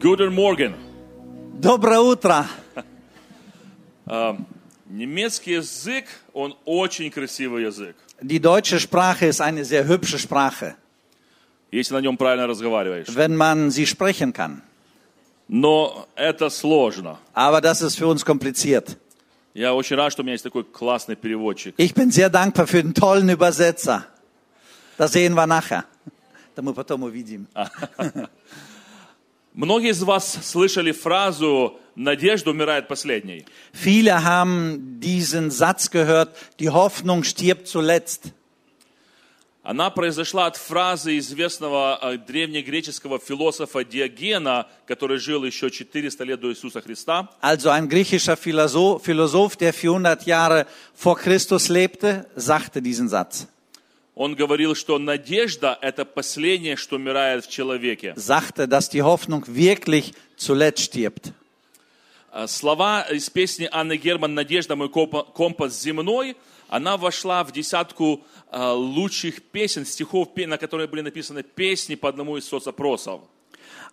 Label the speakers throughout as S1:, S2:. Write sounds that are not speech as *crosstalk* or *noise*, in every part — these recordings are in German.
S1: Guten Morgen.
S2: Доброе утро.
S1: Немецкий язык, он очень красивый язык,
S2: Die deutsche Sprache ist eine sehr hübsche Sprache,
S1: если на нем правильно разговариваешь.
S2: wenn man sie sprechen kann.
S1: Но это сложно.
S2: Aber das ist für uns kompliziert.
S1: Я очень рад, что у меня есть такой классный переводчик.
S2: Ich bin sehr dankbar für den tollen Übersetzer. Das sehen wir nachher. Da мы потом увидим.
S1: Многие из вас слышали фразу «Надежда умирает последней».
S2: Viele haben diesen Satz gehört, die Hoffnung stirbt zuletzt.
S1: Она произошла от фразы известного э, древнегреческого философа Диогена, который жил еще 400 лет до Иисуса Христа.
S2: Also ein griechischer Philosoph, Philosoph, der 400 Jahre vor Christus lebte, sagte diesen Satz.
S1: Он говорил, что надежда – это последнее, что умирает в человеке.
S2: Sagte, dass die Hoffnung wirklich zuletzt stirbt.
S1: А Слова из песни Анны Герман «Надежда, мой компа- компас земной» она вошла в десятку а, лучших песен, стихов, пе- на которые были написаны песни по одному из соцопросов.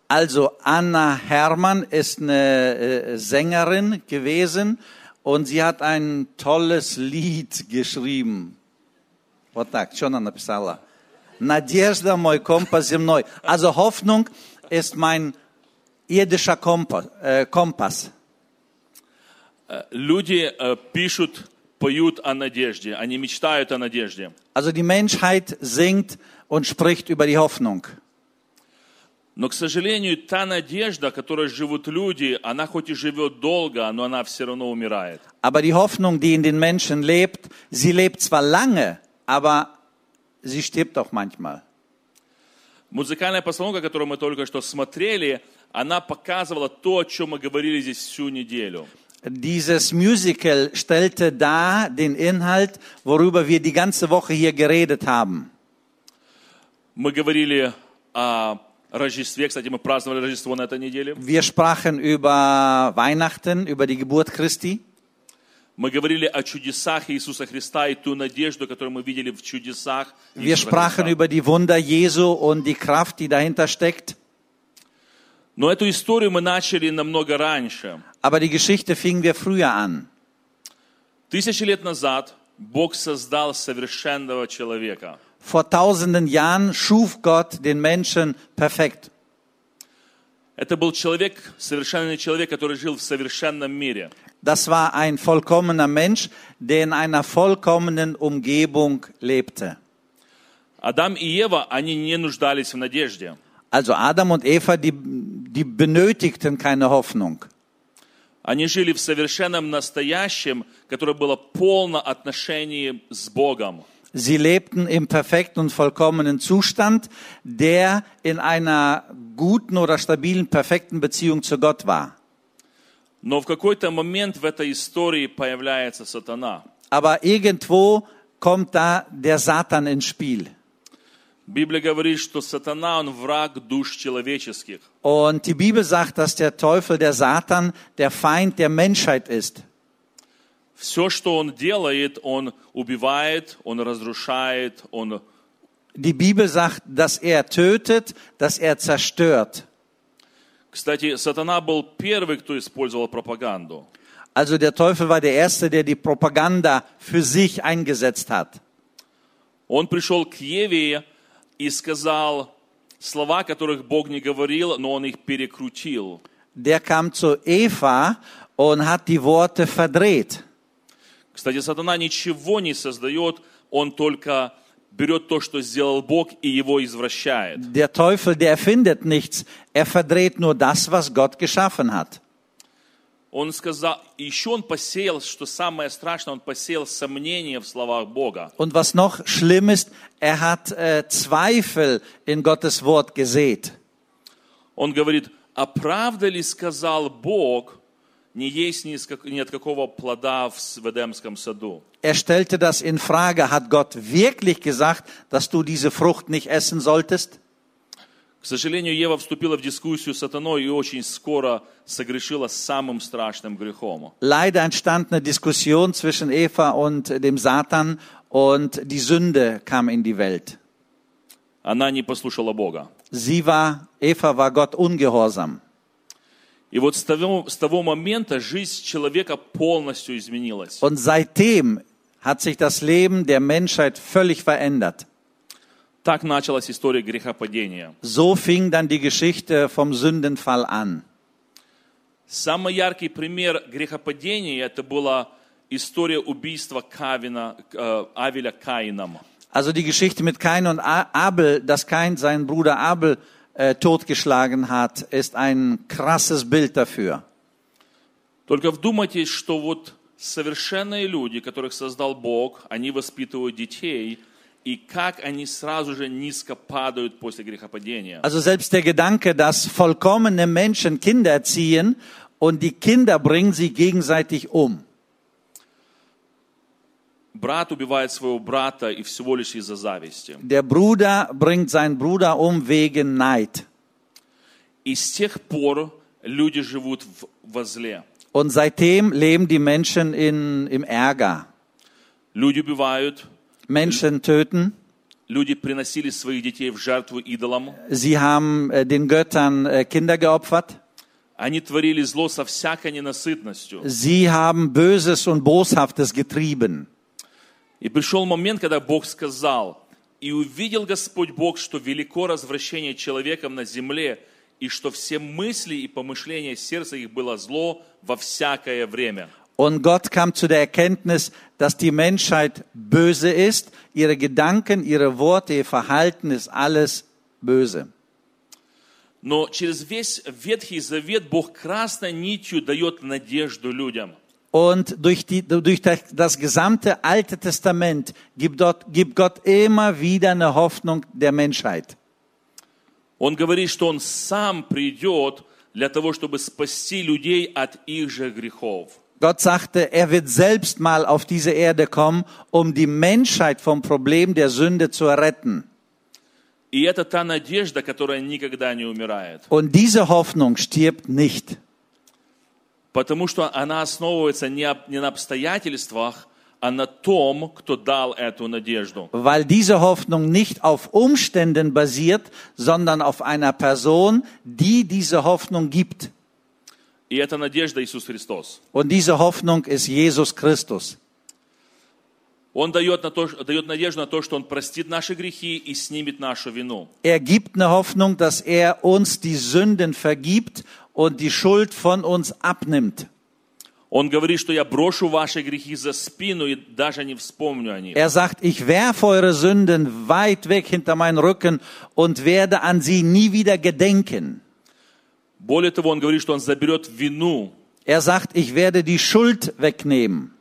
S2: Also Anna Hermann ist eine äh, Sängerin gewesen und sie hat ein tolles Lied geschrieben. Вот так, что она написала? Надежда мой компас земной. Also Hoffnung ist mein irdischer Kompass. Äh, Kompass.
S1: Э, Люди э, пишут, поют о надежде, они мечтают о надежде.
S2: Also die Menschheit singt und spricht über die Hoffnung.
S1: Но, к сожалению, та надежда, которой живут люди, она хоть и живет долго, но она все равно умирает.
S2: Aber die Hoffnung, die in den Menschen lebt, sie lebt zwar lange, aber sie stirbt auch manchmal.
S1: Музыкальная постановка, которую мы только что смотрели, она показывала то, о чем мы говорили здесь всю неделю.
S2: Dieses Musical stellte dar den Inhalt, worüber wir die ganze Woche hier geredet haben.
S1: Мы говорили о Рождестве, кстати, мы праздновали Рождество на этой неделе.
S2: Wir sprachen über Weihnachten, über die Geburt Christi.
S1: Мы говорили о чудесах Иисуса Христа и ту надежду, которую мы видели в чудесах
S2: Wir
S1: Иисуса
S2: sprachen
S1: Христа.
S2: über die Wunder Jesu und die Kraft, die dahinter steckt.
S1: Но эту историю мы начали намного раньше.
S2: Aber die Geschichte fingen wir früher an.
S1: Тысячи лет назад Бог создал совершенного человека.
S2: Vor tausenden Jahren schuf Gott den Menschen perfekt.
S1: Это был человек, совершенный человек, который жил в совершенном мире.
S2: Das war ein vollkommener Mensch, der in einer vollkommenen Umgebung lebte.
S1: Адам и Ева, они не нуждались в надежде.
S2: Also Adam und Eva, die, die benötigten keine Hoffnung.
S1: Они жили в совершенном настоящем, которое было полно отношений с Богом.
S2: Sie lebten im perfekten und vollkommenen Zustand, der in einer guten oder stabilen, perfekten Beziehung zu Gott war.
S1: Но в какой-то момент в этой истории появляется сатана.
S2: Aber irgendwo kommt da der Satan ins Spiel.
S1: Библия говорит, что сатана, он враг душ человеческих.
S2: Und die Bibel sagt, dass der Teufel, der Satan, der Feind der Menschheit ist.
S1: Все, что он делает, он убивает, он разрушает, он...
S2: Die Bibel sagt, dass er tötet, dass er zerstört.
S1: Кстати, сатана был первый, кто использовал пропаганду.
S2: Also der Teufel war der Erste, der die Propaganda für sich eingesetzt hat.
S1: Он пришел к Еве и сказал слова, которых Бог не говорил, но он их перекрутил.
S2: Der kam zu Eva und hat die Worte verdreht.
S1: Кстати, сатана ничего не создает, он только берет то, что сделал Бог, и его извращает.
S2: Der Teufel, der erfindet nichts. Er verdreht nur das, was Gott geschaffen hat.
S1: Он сказал, и еще он посеял, что самое страшное, он посеял сомнение в словах Бога.
S2: Und was noch schlimm ist, er hat äh, Zweifel in Gottes Wort gesät.
S1: Он говорит, а правда ли сказал Бог, не есть ни, из как- ни от какого плода в, с- в Эдемском саду?
S2: Er stellte das in Frage. Hat Gott wirklich gesagt, dass du diese Frucht nicht essen solltest?
S1: К сожалению, Ева вступила в дискуссию с сатаной и очень скоро согрешила с самым страшным грехом.
S2: Leider entstand eine Diskussion zwischen Eva und dem Satan und die Sünde kam in die Welt.
S1: Она не послушала Бога.
S2: Sie war, Eva war Gott ungehorsam.
S1: И вот с того, с того момента жизнь человека полностью изменилась.
S2: Und seitdem hat sich das Leben der Menschheit völlig verändert.
S1: Так началась история грехопадения.
S2: So fing dann die Geschichte vom Sündenfall an.
S1: Самый яркий пример грехопадения это была история убийства Кавина, э, Авеля Каином.
S2: Also die Geschichte mit Kain und A- Abel, dass Kain seinen Bruder Abel äh, totgeschlagen hat, ist ein krasses Bild dafür.
S1: Только вдумайтесь, что вот совершенные люди, которых создал Бог, они воспитывают детей, и как они сразу же низко падают после грехопадения.
S2: Also selbst der Gedanke, dass vollkommene Menschen Kinder erziehen und die Kinder bringen sie gegenseitig um.
S1: Брат убивает своего брата и всего лишь из-за зависти.
S2: Der Bruder bringt seinen Bruder um wegen Neid.
S1: И с тех пор люди живут в, во зле.
S2: Und seitdem leben die Menschen in, im Ärger.
S1: Люди убивают,
S2: Menschen töten.
S1: люди приносили своих детей в жертву идолам.
S2: Sie haben äh, den Göttern äh, Kinder geopfert.
S1: Они творили зло со всякой ненасытностью.
S2: Sie haben Böses und Boshaftes getrieben.
S1: И пришел момент, когда Бог сказал, и увидел Господь Бог, что велико развращение человеком на земле, и что все мысли и помышления сердца их было зло во всякое время.
S2: Und Gott kam zu der Erkenntnis, dass die Menschheit böse ist. Ihre Gedanken, ihre Worte, ihr Verhalten ist alles böse.
S1: Но через весь Ветхий Завет Бог красной нитью дает надежду людям.
S2: Und durch, die, durch das- das gesamte Alte Testament gibt, dort, gibt Gott immer wieder eine Hoffnung der Menschheit.
S1: Он говорит, что Он сам придет для того, чтобы спасти людей от их же грехов.
S2: Gott sagte, er wird selbst mal auf diese Erde kommen, um die Menschheit vom Problem der Sünde zu retten.
S1: И это та надежда, которая никогда не умирает.
S2: Und diese Hoffnung stirbt nicht.
S1: Потому что она основывается не, об- не на обстоятельствах, а на том, кто дал эту надежду.
S2: weil diese Hoffnung nicht auf Umständen basiert, sondern auf einer Person, die diese Hoffnung gibt.
S1: И эта надежда Иисус Христос.
S2: Und diese Hoffnung ist Jesus Christus.
S1: Он дает, на то, ш- дает надежду на то, что Он простит наши грехи и снимет нашу вину.
S2: Er gibt eine Hoffnung, dass er uns die Sünden vergibt und die Schuld von uns abnimmt.
S1: Он говорит, что я брошу ваши грехи за спину и даже не вспомню о них.
S2: Er sagt, ich werfe eure Sünden weit weg hinter meinen Rücken und werde an sie nie wieder gedenken.
S1: Более того, Он говорит, что Он заберет вину.
S2: Er sagt, ich werde die Schuld wegnehmen.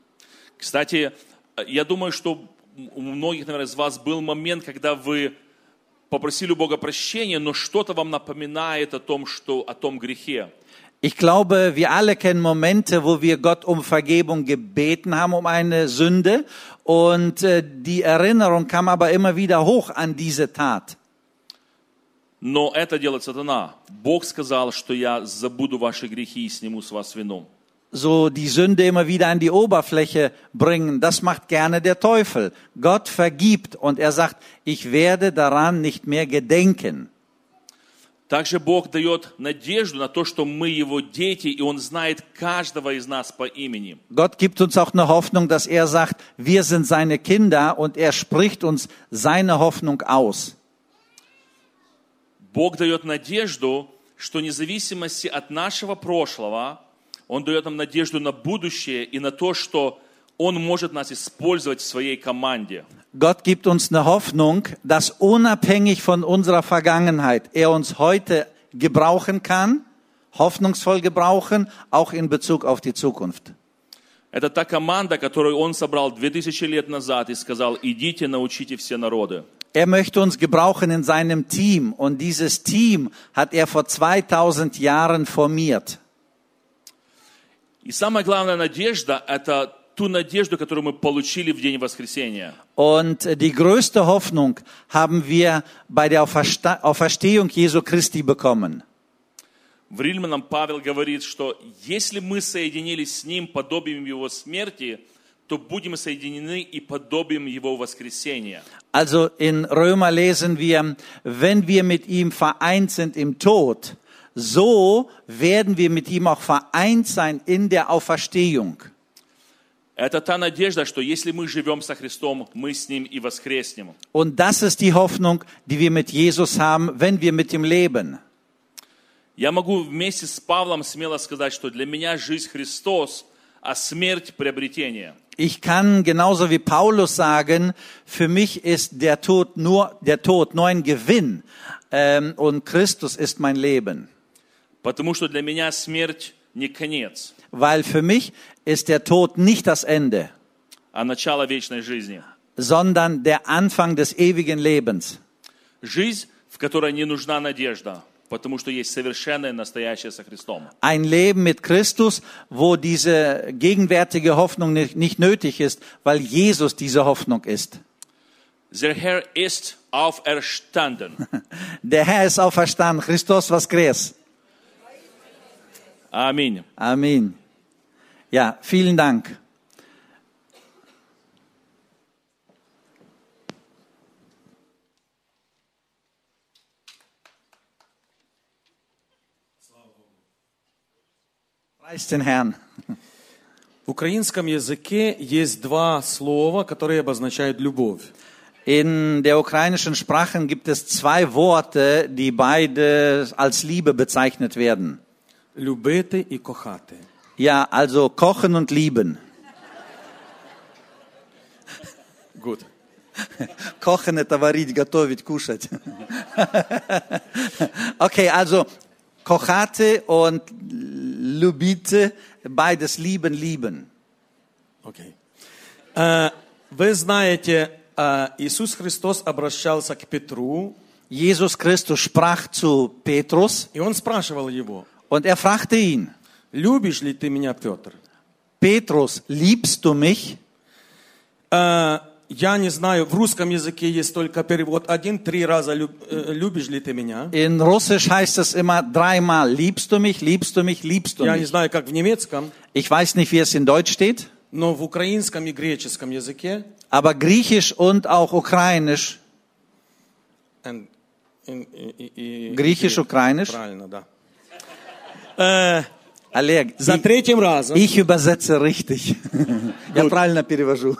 S1: Кстати, э, я думаю, что м- у многих, наверное, из вас был момент, когда вы попросили у Бога прощения, но что-то вам напоминает о том, что, о том грехе.
S2: Ich glaube, wir alle kennen Momente, wo wir Gott um Vergebung gebeten haben, um eine Sünde. Und äh, die Erinnerung kam aber immer wieder hoch an diese Tat.
S1: Но это делает сатана. Бог сказал, что я забуду ваши грехи и сниму с вас вину.
S2: So die Sünde immer wieder an die Oberfläche bringen, das macht gerne der Teufel. Gott vergibt und er sagt, ich werde daran nicht mehr gedenken.
S1: Также Бог дает надежду на то, что мы Его дети, и Он знает каждого из нас по имени.
S2: Gott gibt uns auch eine Hoffnung, dass er sagt, wir sind seine Kinder und er spricht uns seine Hoffnung aus.
S1: Бог дает надежду, что вне зависимости от нашего прошлого, Он дает нам надежду на будущее и на то, что Он может нас использовать в Своей команде.
S2: Gott gibt uns eine Hoffnung, dass unabhängig von unserer Vergangenheit er uns heute gebrauchen kann, hoffnungsvoll gebrauchen, auch in Bezug auf die Zukunft.
S1: Это та команда, которую Он собрал 2000 лет назад и сказал, идите, научите все народы.
S2: Er möchte uns gebrauchen in seinem Team und dieses Team hat er vor 2000 Jahren formiert.
S1: И самая главная надежда – это ту надежду, которую мы получили в день воскресения.
S2: Und äh, die größte Hoffnung haben wir bei der Aufersta- Auferstehung Jesu Christi bekommen.
S1: В Римлянам Павел говорит, что если мы соединились с Ним подобием Его смерти, то будем соединены и подобием Его воскресения.
S2: Also in Römer lesen wir, wenn wir mit ihm vereint sind im Tod, So werden wir mit ihm auch vereint sein in der Auferstehung.
S1: Это та надежда, что если мы живем со Христом, мы с Ним и воскреснем.
S2: Und das ist die Hoffnung, die wir mit Jesus haben, wenn wir mit ihm leben.
S1: Я могу вместе с Павлом смело сказать, что для меня жизнь Христос, а смерть приобретение.
S2: Ich kann genauso wie Paulus sagen, für mich ist der Tod nur, der Tod nur ein Gewinn ähm, und Christus ist mein Leben.
S1: Потому что для меня смерть не конец,
S2: Weil für mich ist der Tod nicht das Ende,
S1: а начало вечной жизни.
S2: sondern der Anfang des ewigen Lebens.
S1: Жизнь, в которой не нужна надежда, потому что есть совершенное настоящее со Христом.
S2: Ein Leben mit Christus, wo diese gegenwärtige Hoffnung nicht, nicht nötig ist, weil Jesus diese Hoffnung ist.
S1: Der Herr ist auferstanden.
S2: Der Herr ist auferstanden. Christus was Christ.
S1: Аминь.
S2: Amen. Ja, vielen Dank. Preist den Herrn.
S3: В украинском языке есть два слова, которые обозначают любовь.
S2: In der ukrainischen Sprache gibt es zwei Worte, die beide als Liebe bezeichnet werden.
S3: Любити и кохати.
S2: Ja, also kochen und lieben.
S3: Good.
S2: Kochen – это варить, готовить, кушать. *laughs* okay, also kochate und lubite, beides lieben, lieben.
S3: Окей. Э, Вы знаете, э, Иисус Христос обращался к Петру,
S2: Jesus Christus sprach zu Petrus
S3: и он спрашивал его,
S2: und er fragte ihn,
S3: «Любишь ли ты меня, Петр?»
S2: Petrus, liebst du mich?
S3: Э, Я не знаю, в русском языке есть только перевод один, три раза «Люб- э, «любишь ли ты меня?»
S2: In Russisch heißt es immer dreimal, liebst du mich, liebst du mich, liebst du
S3: Я не
S2: mich.
S3: знаю, как в немецком,
S2: Ich weiß nicht, wie es in Deutsch steht,
S3: но в украинском и греческом языке
S2: aber Griechisch und auch Ukrainisch,
S3: And- in- и- и- и-
S2: Гречиш,
S3: и-
S2: украиниш.
S3: Правильно, да. Э,
S2: Олег,
S3: За
S2: die-
S3: третьим разом,
S2: Ich übersetze richtig. Я правильно перевожу.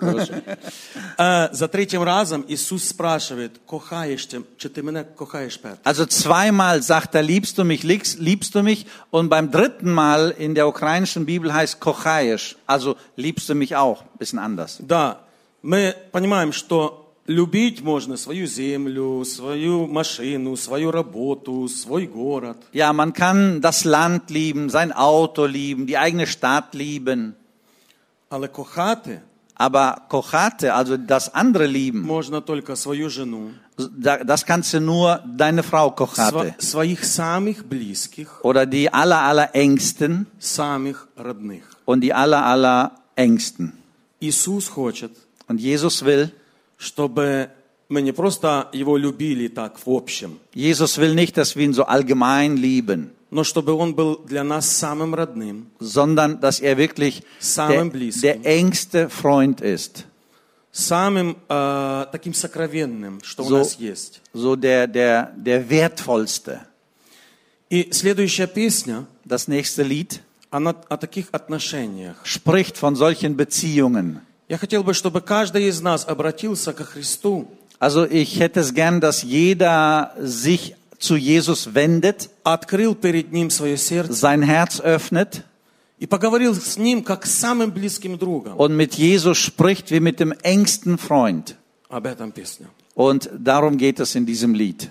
S3: э, за третьим разом Иисус спрашивает, кохаєш ти, чи ти мене кохаєш, Петр?
S2: Also zweimal sagt er, liebst du mich, liebst, liebst du mich? Und beim dritten Mal in der ukrainischen Bibel heißt Kochaisch, also liebst du mich auch, bisschen anders.
S3: Да, ми розуміємо, що любить можна свою землю, свою машину, свою роботу, свій город.
S2: Ja, man kann das Land lieben, sein Auto lieben, die eigene Stadt lieben,
S3: Але кохати
S2: aber Kochate, also das andere lieben,
S3: можна тільки свою жену,
S2: da- das kannst du nur deine Frau Kochate
S3: сва- своїх самих близьких,
S2: oder die aller aller Ängsten
S3: самих родних.
S2: und die aller aller Ängsten.
S3: Ісус хоче,
S2: Und Jesus will,
S3: чтобы мы не просто его любили так в общем,
S2: Jesus will nicht, dass wir ihn so allgemein lieben,
S3: но чтобы он был для нас самым родным,
S2: sondern dass er wirklich der,
S3: Самым близким.
S2: der engste Freund ist.
S3: самым э, таким сокровенным, что
S2: So.
S3: у нас есть.
S2: So der, der, der wertvollste.
S3: И следующая песня,
S2: Das nächste Lied
S3: она о таких отношениях.
S2: spricht von solchen Beziehungen.
S3: Я хотел бы, чтобы каждый из нас обратился ко Христу
S2: Also ich hätte es gern, dass jeder sich zu Jesus wendet,
S3: открыл перед Ним свое сердце
S2: sein Herz öffnet
S3: и поговорил с Ним как с самым близким другом.
S2: und mit Jesus spricht wie mit dem engsten Freund.
S3: Об этом песня.
S2: Und darum geht es in diesem Lied.